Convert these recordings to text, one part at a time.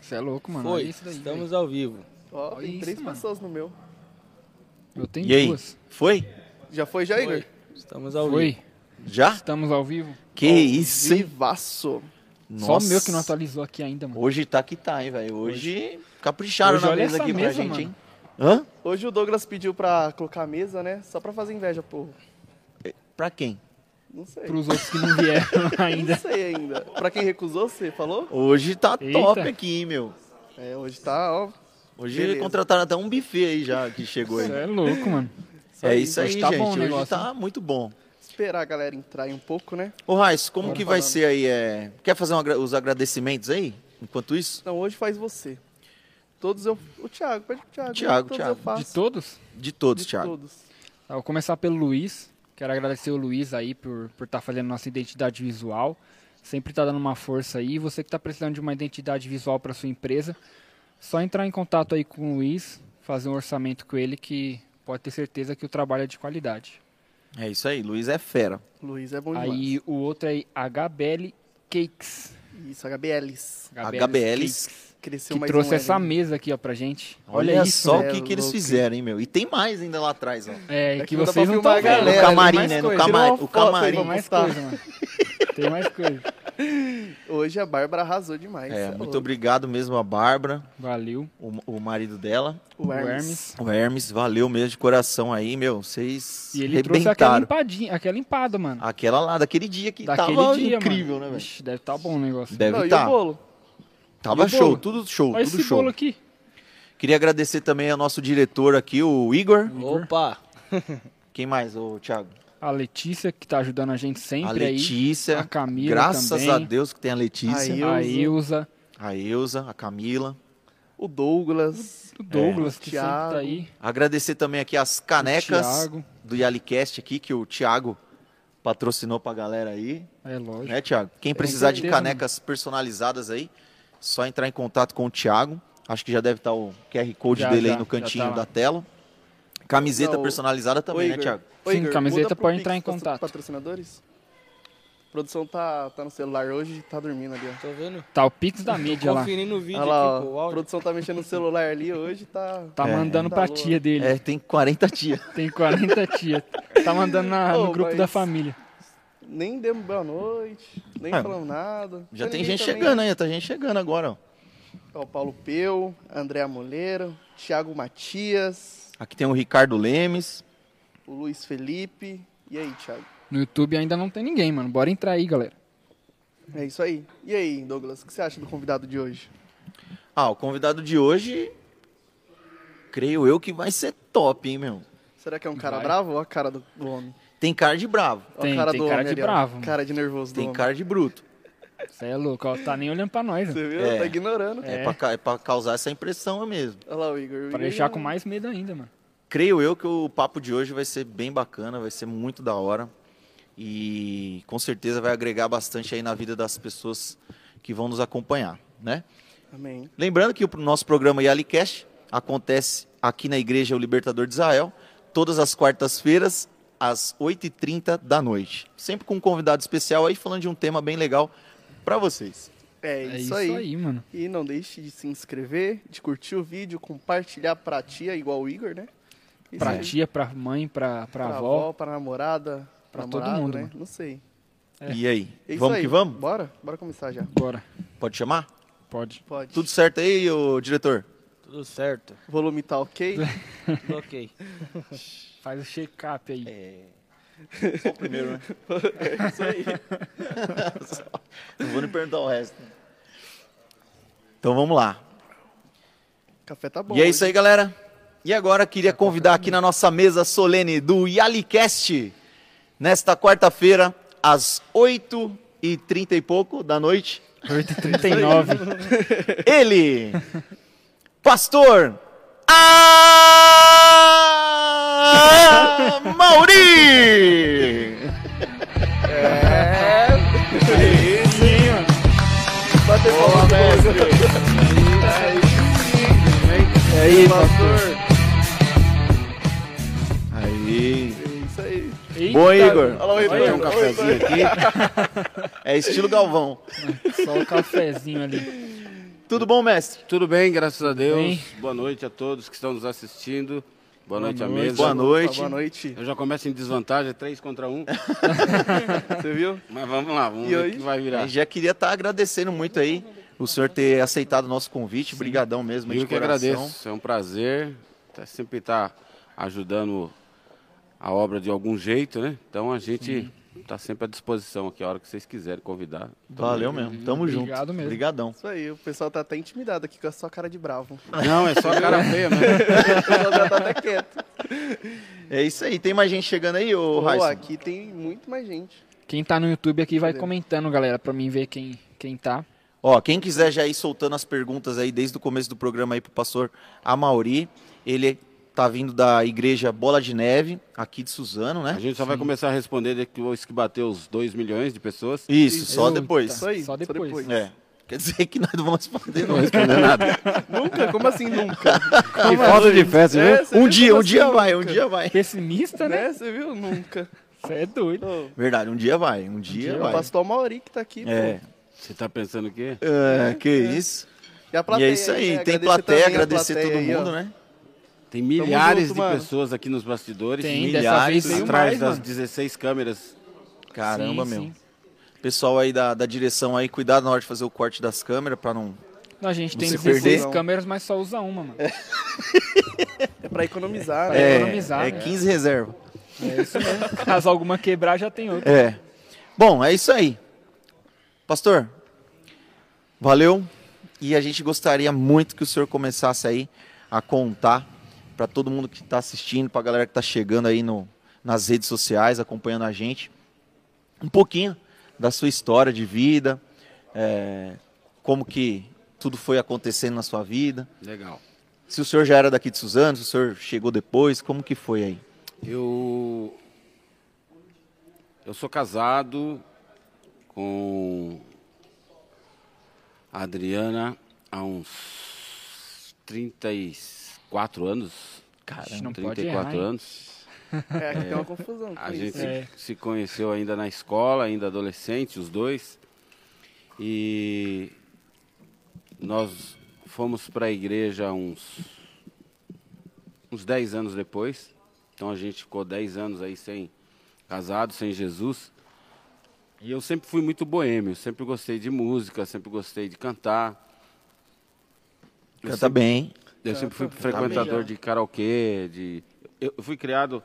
Você é louco, mano. Foi, Olha isso daí, estamos ao vivo. Ó, Olha tem isso, três mano. pessoas no meu. velho. Eu tenho E aí? duas. Foi? Já foi, já, Igor? Foi. Estamos ao Foi. vivo. Já? Estamos ao vivo. Que isso, hein? Vivaço. Só o meu que não atualizou aqui ainda, mano. Hoje tá que tá, hein, velho? Hoje capricharam Hoje na olha mesa essa aqui pra mesa, gente, mano. hein? Hã? Hoje o Douglas pediu pra colocar a mesa, né? Só pra fazer inveja, pô. Pra quem? Não sei. Pros outros que não vieram Não ainda. sei ainda. Pra quem recusou, você falou? Hoje tá Eita. top aqui, hein, meu? É, hoje tá, ó. Hoje Beleza. contrataram até um buffet aí já que chegou aí. Você é louco, mano. É isso aí, Hoje tá gente. bom o Hoje negócio, tá muito bom. Esperar a galera entrar aí um pouco, né? Ô, Raiz, como que vai falando. ser aí? é, Quer fazer um agra- os agradecimentos aí? Enquanto isso? Então hoje faz você. Todos eu. O Thiago, pede pro Thiago. Thiago, todos Thiago. eu faço. De todos? De todos, De Thiago. todos. Tá, Eu vou começar pelo Luiz. Quero agradecer o Luiz aí por estar por tá fazendo nossa identidade visual. Sempre tá dando uma força aí. Você que tá precisando de uma identidade visual para sua empresa, só entrar em contato aí com o Luiz, fazer um orçamento com ele que pode ter certeza que o trabalho é de qualidade. É isso aí, Luiz é fera. Luiz é bom demais. Aí o outro é HBL Cakes. Isso, HBLs. HBLs. Cakes, Cresceu Que mais trouxe um L, essa né? mesa aqui ó pra gente. Olha, Olha, isso. só né? o que, que eles Louco. fizeram, hein, meu? E tem mais ainda lá atrás, ó. É, É que, que não dá pra vocês não filmar estão a vendo. galera, Tem no camarim, mais né? No coisa, camarim, Tira uma o foto aí, camarim. Tem mais coisa, mano. Tem mais coisa. Hoje a Bárbara arrasou demais. É, Cê muito louco. obrigado mesmo a Bárbara, Valeu. o, o marido dela. O Hermes. O Hermes. O Hermes, valeu mesmo de coração aí, meu. Vocês E ele trouxe aquela arrebentaram. Ah, limpadinha, aquela limpada, mano. Aquela lá, daquele dia que Daquele tava dia, incrível, mano. né, velho? Ixi, deve tá bom o negócio. Deve Não, e tá. o bolo? Tava E o show, bolo? tudo show, Olha tudo esse show. bolo aqui. Queria agradecer também ao nosso diretor aqui, o Igor. Opa! Quem mais, ô Thiago? A Letícia, que tá ajudando a gente sempre a aí. Letícia. a Camila Graças também. a Deus que tem a Letícia. Aí, A Ilza, A Eusa, a Camila. O Douglas. o Douglas, que É, Thiago. sempre tá aí. Agradecer também aqui as canecas Thiago. do Yalicast aqui, que o Thiago patrocinou pra galera aí. É lógico. Né, Thiago? Quem precisar de certeza, canecas personalizadas aí, só entrar em contato com o Thiago. Acho que já deve estar o QR Code Já, dele já, aí no já cantinho tá lá. da tela. Camiseta Não, o- personalizada também, Ô, né, Igor. Thiago? Ô, Sim, Igor, camiseta muda pro pode Pix entrar em dos contato. tá Patrocinadores? A produção tá, tá no celular hoje e tá dormindo ali, ó. Tô vendo? Tá o Pix da mídia lá. Conferindo o vídeo Olha lá, aqui, pô, o ó. A áudio. produção tá mexendo no celular ali hoje e tá. Tá É. mandando pra Tá É. tia dele. É, tem 40 dias. Tem 40 tia. Tá mandando na- no Ô, grupo mas- da família. Nem demos boa noite, nem Ah, falamos nada. Já Mas tem ninguém gente também, é. chegando aí, tá gente chegando agora, ó. Ó, o Paulo Peu, André Moleiro, Thiago Matias, Aqui tem o Ricardo Lemes. o Luiz Felipe. E aí, Thiago? No YouTube ainda não tem ninguém, mano. Bora entrar aí, galera. É isso aí. E aí, Douglas, o que você acha do convidado de hoje? Ah, o convidado de hoje, creio eu que vai ser top, hein, meu? Será que é um cara Vai. bravo ou a cara do, do homem? Tem cara de bravo, Ó a Tem- tem do cara homem de ó. bravo, mano. Cara de nervoso do tem homem. cara de bruto. Você é louco, ó. Tá nem olhando pra nós, né? Você viu? É. Tá ignorando. É, pra, ca- é pra causar essa impressão mesmo. Olha lá o Igor. O Pra Igor deixar já- com mais medo ainda, mano. Creio eu que o papo de hoje vai ser bem bacana, vai ser muito da hora. E com certeza vai agregar bastante aí na vida das pessoas que vão nos acompanhar, né? Amém. Lembrando que o nosso programa Yalicast acontece aqui na Igreja O Libertador de Israel, todas as quartas-feiras, às 8h30 da noite. Sempre com um convidado especial aí falando de um tema bem legal para vocês. É, É isso, isso aí. aí, mano. E não deixe de se inscrever, de curtir o vídeo, compartilhar pra tia, igual o Igor, né? Isso Pra aí. tia, pra mãe, pra, pra, pra avó. avó, pra namorada, Pra todo namorado, mundo, né? mano. Não sei. E aí, É isso vamos aí. que vamos? Bora? Bora começar já. Bora. Pode chamar? Pode. Pode. Tudo certo aí, ô diretor? Tudo certo. Volume tá ok? Tudo ok. Faz o check-up aí. Só o primeiro, né? é isso aí. Não vou nem perguntar o resto. Então vamos lá. Café tá bom. e é isso aí, galera. E agora queria convidar aqui na nossa mesa solene do Yalicast, nesta quarta-feira, às 8h30 e pouco da noite, 8h39. ele, Pastor A. Mauri! Bateu palma, é isso. pastor. Aí. É isso aí. Eita, Bom, Igor. Olha lá o Heitor. Tem um Olha o cafezinho aqui. É estilo Galvão. Só o cafezinho ali. Tudo bom, mestre? Tudo bem, graças a Deus. bem? Boa noite a todos que estão nos assistindo. Boa, noite à noite. mesa. Boa noite. Boa noite. Eu já começo em desvantagem, três contra um. Você viu? Mas vamos lá, vamos E ver o aí? que vai virar. Eu já queria estar agradecendo muito aí o senhor ter aceitado o nosso convite. Obrigadão mesmo, aí Eu de que coração. agradeço, é um prazer. tá- Sempre estar ajudando a obra de algum jeito, né? Então a gente está sempre à disposição aqui, a hora que vocês quiserem convidar. Valeu mesmo, tamo Obrigado junto. mesmo. Obrigadão. Isso aí, o pessoal tá até intimidado aqui com a sua cara de bravo. Não, é só cara feia, né? O pessoal já tá até quieto. É isso aí. Tem mais gente chegando aí, Pô, ô Raíssa? aqui tem muito mais gente. Quem tá no YouTube aqui vai Cadê? comentando, galera, pra mim ver quem, quem tá. Ó, quem quiser já ir soltando as perguntas aí desde o começo do programa aí pro pastor Amauri, ele tá vindo da igreja Bola de Neve, aqui de Suzano, A né? gente só vai começar a responder depois que bater os 2 milhões de pessoas. Isso, só Eita. depois. Isso aí, Só depois. É. Quer dizer que nós não vamos responder, não. Nunca? Como assim nunca? Que falta de fé, você É, viu? você Um viu dia, como um assim dia vai, um nunca? dia vai. Pessimista, né? Né? Você viu? Nunca. Você é doido. Ô, Verdade, um dia vai, um dia, é o vai. pastor Mauri que tá aqui. pô. É. Você tá pensando o quê? É, que isso. E, a E plateia é isso aí, né? tem Agradecer plateia, também a agradecer todo plateia aí, ó. mundo, né? Tem milhares junto, de mano. pessoas aqui nos bastidores. Tem, milhares dessa vez milhares tem um atrás mais, das mano. 16 câmeras. Caramba, Sim, meu. sim. Pessoal aí da, da direção aí, cuidado na hora de fazer o corte das câmeras pra não. A gente tem se 16 perder. câmeras, mas só usa uma, mano. É pra economizar, É. né? economizar, é né? 15 reserva. É isso mesmo. Caso alguma quebrar, já tem outra. É. Bom, é isso aí. Pastor, valeu. E a gente gostaria muito que o senhor começasse aí a contar para todo mundo que está assistindo, para a galera que está chegando aí no, nas redes sociais, acompanhando a gente, um pouquinho da sua história de vida, é, como que tudo foi acontecendo na sua vida. Legal. Se o senhor já era daqui de Suzano, se o senhor chegou depois, como que foi aí? Eu eu sou casado com a Adriana há uns 34 anos. A gente não pode errar, hein? anos. É, aqui tem uma confusão. com A isso. né? gente É. se conheceu ainda na escola, ainda adolescente, os dois. E nós fomos para a igreja uns uns 10 anos depois. Então a gente ficou 10 anos aí sem casado, sem Jesus. E eu sempre fui muito boêmio, sempre gostei de música, sempre gostei de cantar. Eu Canta bem, hein? eu sempre fui frequentador de karaokê, de... Eu eu fui criado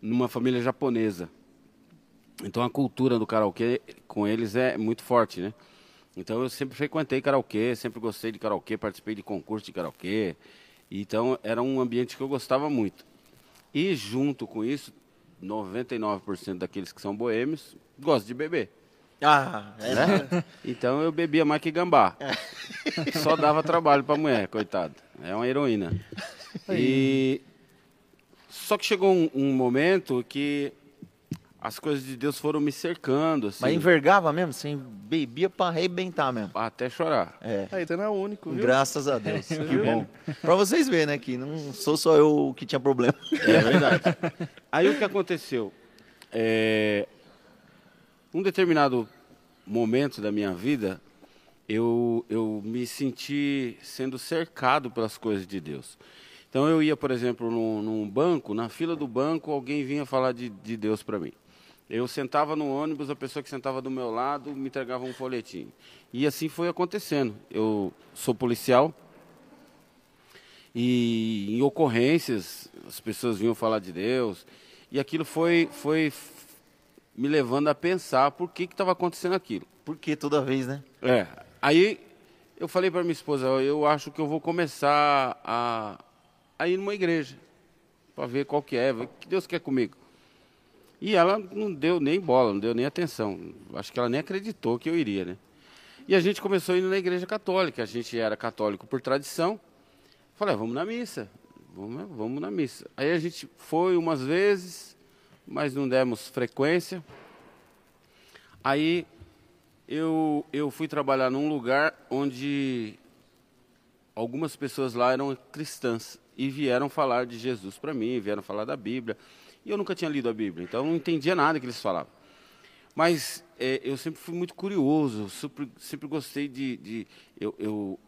numa família japonesa. Então a cultura do karaokê com eles é muito forte, né? Então eu sempre frequentei karaokê, sempre gostei de karaokê, participei de concurso de karaokê. Então era um ambiente que eu gostava muito. E junto com isso, 99% daqueles que são boêmios gostam de beber. Ah, é. Né? Então eu bebia mais que gambá. Só dava trabalho pra mulher, coitado. É uma heroína. E só que chegou um, um momento que as coisas de Deus foram me cercando, assim, Mas envergava mesmo, assim, bebia pra arrebentar mesmo. até chorar. É. Aí, então não é o único, viu? Graças a Deus. que viu? bom. Pra vocês verem, né, que não sou só eu que tinha problema. É verdade. Aí o que aconteceu? É, um determinado momento da minha vida, eu, eu me senti sendo cercado pelas coisas de Deus. Então eu ia, por exemplo, num, num banco, na fila do banco, alguém vinha falar de, de Deus para mim. Eu sentava no ônibus, a pessoa que sentava do meu lado me entregava um folhetim. E assim foi acontecendo. Eu sou policial, e em ocorrências as pessoas vinham falar de Deus e aquilo foi foi f- me levando a pensar por que que estava acontecendo aquilo Porque toda vez, né? é aí eu falei para minha esposa "Ó, eu acho que eu vou começar a, a ir numa igreja para ver qual que é ver o que Deus quer comigo e ela não deu nem bola não deu nem atenção acho que ela nem acreditou que eu iria né e a gente começou indo na igreja católica a gente era católico por tradição Falei, ah, vamos na missa. Vamos, vamos na missa. Aí a gente foi umas vezes, mas não demos frequência. Aí eu, eu fui trabalhar num lugar onde algumas pessoas lá eram cristãs e vieram falar de Jesus para mim, vieram falar da Bíblia. E eu nunca tinha lido a Bíblia, então eu não entendia nada que eles falavam. Mas é, eu sempre fui muito curioso, sempre, sempre gostei de. de- eu, eu,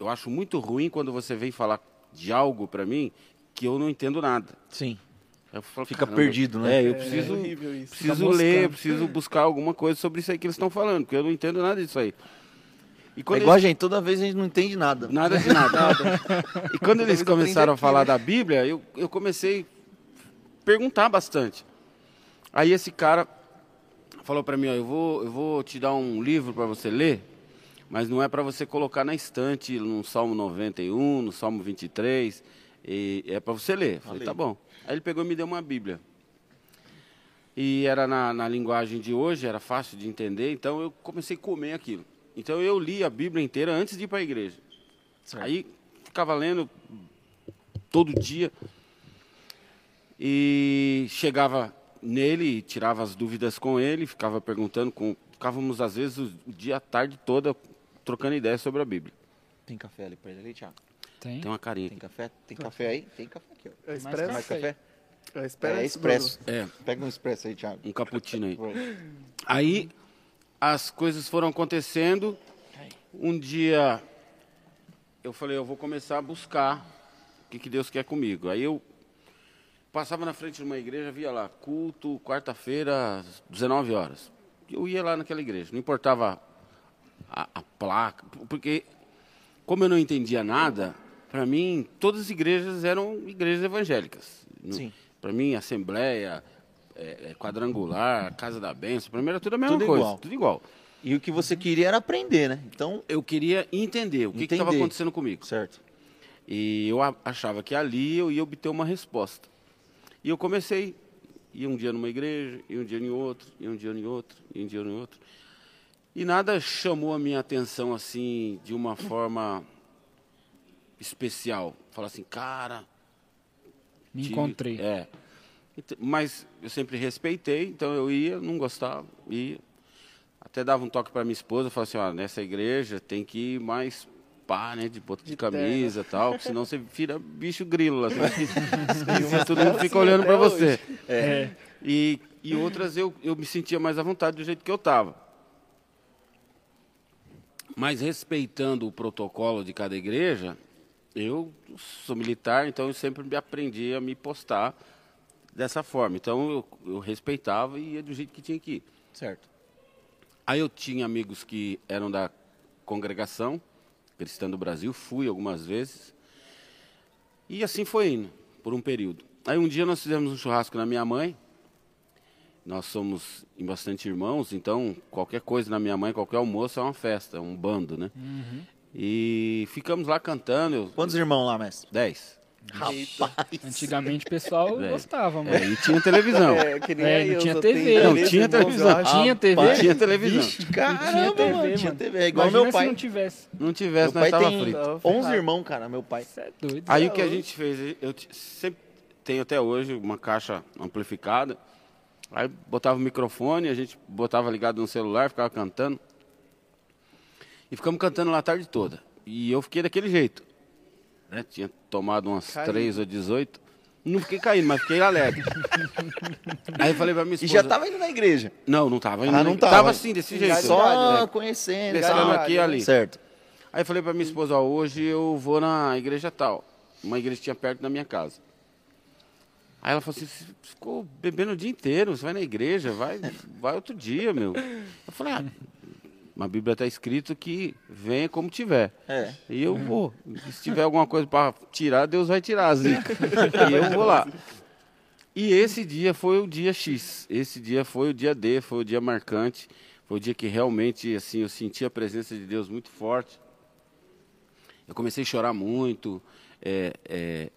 eu acho muito ruim quando você vem falar de algo para mim que eu não entendo nada. Sim. Eu falo, Fica perdido, né? É, eu preciso, horrível isso. preciso Fica ler, moscando. preciso buscar alguma coisa sobre isso aí que eles estão falando, porque eu não entendo nada disso aí. É E quando igual a gente, toda vez a gente não entende nada. Nada de nada. E quando eles aprendi começaram a aqui, falar da Bíblia, eu, eu comecei a perguntar bastante. Aí esse cara falou para mim, ó, eu vou, eu vou te dar um livro para você ler, mas não é para você colocar na estante no Salmo 91, no Salmo 23, e é para você ler. Eu Falei, tá bom. Aí ele pegou e me deu uma Bíblia. E era na, na linguagem de hoje, era fácil de entender, então eu comecei a comer aquilo. Então eu li a Bíblia inteira antes de ir para a igreja. Aí ficava lendo todo dia e chegava nele, e tirava as dúvidas com ele, ficava perguntando, com, ficávamos às vezes o, o dia, a tarde toda trocando ideias sobre a Bíblia. Tem café ali pra ele ali, Thiago? Tem. Então, Tem uma carinha. Tem café? Tem café aí? Tem café aqui, ó. É Mais expresso? Mais Café. café? É expresso. É expresso. É, Pega um expresso aí, Thiago. um cappuccino aí. Aí as coisas foram acontecendo. Um dia eu falei, eu vou começar a buscar o que, que Deus quer comigo. Aí eu passava na frente de uma igreja, via lá, culto, quarta-feira, às 19 horas. Eu ia lá naquela igreja, não importava a, a placa, porque como eu não entendia nada, para mim todas as igrejas eram igrejas evangélicas. Sim. Para mim, assembleia, é, é, quadrangular, casa da benção, para mim era tudo a mesma Tudo coisa, igual. tudo igual. E o que você queria era aprender, né? Então, Eu queria entender o que estava Entender. acontecendo comigo. certo. E eu a- achava que ali eu ia obter uma resposta. E eu comecei, ia um dia numa igreja, ia um dia em outro, ia um dia em outro, ia um dia em outro. E nada chamou a minha atenção assim, de uma forma especial. Falar assim, cara, Me tive- encontrei. É. Ent- Mas eu sempre respeitei, então eu ia, não gostava, ia. Até dava um toque para minha esposa, falava assim, ó, nessa igreja tem que ir mais pá, né, de bota de, camisa e tal, porque senão você vira bicho grilo lá. Você esquisito, todo mundo fica olhando para você. É. E, e outras eu, eu me sentia mais à vontade do jeito que eu estava. Mas respeitando o protocolo de cada igreja, eu sou militar, então eu sempre me aprendi a me postar dessa forma. Então eu, eu respeitava e ia do jeito que tinha que ir. Certo. Aí eu tinha amigos que eram da congregação cristã do Brasil, fui algumas vezes. E assim foi indo, por um período. Aí um dia nós fizemos um churrasco na minha mãe. Nós somos em bastante irmãos, então qualquer coisa na minha mãe, qualquer almoço é uma festa, é um bando, né? E ficamos lá cantando. eu- Quantos irmãos lá, mestre? Dez. Antigamente o pessoal É. gostava, É, mano. e tinha televisão. É, que nem É, aí, não eu tinha só TV. tenho Não, três tinha irmãos, televisão. eu acho. Tinha TV? Tinha televisão. Tinha Caramba, TV, mano. Tinha mano. TV. É igual Imagina meu se pai. não tivesse. Não Meu tivesse, nós pai tava tem frito. frito. 11 irmãos, cara, meu pai. Você é doido. Aí o que a gente fez, eu t- sempre tenho até hoje uma caixa amplificada. Aí botava o microfone, a gente botava ligado no celular, ficava cantando. E ficamos cantando lá a tarde toda. E eu fiquei daquele jeito. né? Tinha tomado umas Caído. 3 ou 18. Não fiquei caindo, mas fiquei alegre. Aí eu falei pra minha E esposa... já tava indo na igreja. Não, não tava. Ah, não tava. assim, desse jeito. Só É. conhecendo. Pensando tal. aqui e ali. Certo. Aí eu falei pra minha esposa, ó, hoje eu vou na igreja tal. Uma igreja que tinha perto da minha casa. Aí ela falou assim, você ficou bebendo o dia inteiro, você vai na igreja, vai, vai outro dia, meu. Eu falei, ah, na Bíblia tá escrito que venha como tiver. É. E eu vou. Se tiver alguma coisa pra tirar, Deus vai tirar a zica. e eu vou lá. E esse dia foi o dia X. Esse dia foi o dia D, foi o dia marcante. Foi o dia que realmente, assim, eu senti a presença de Deus muito forte. Eu comecei a chorar muito. é, é,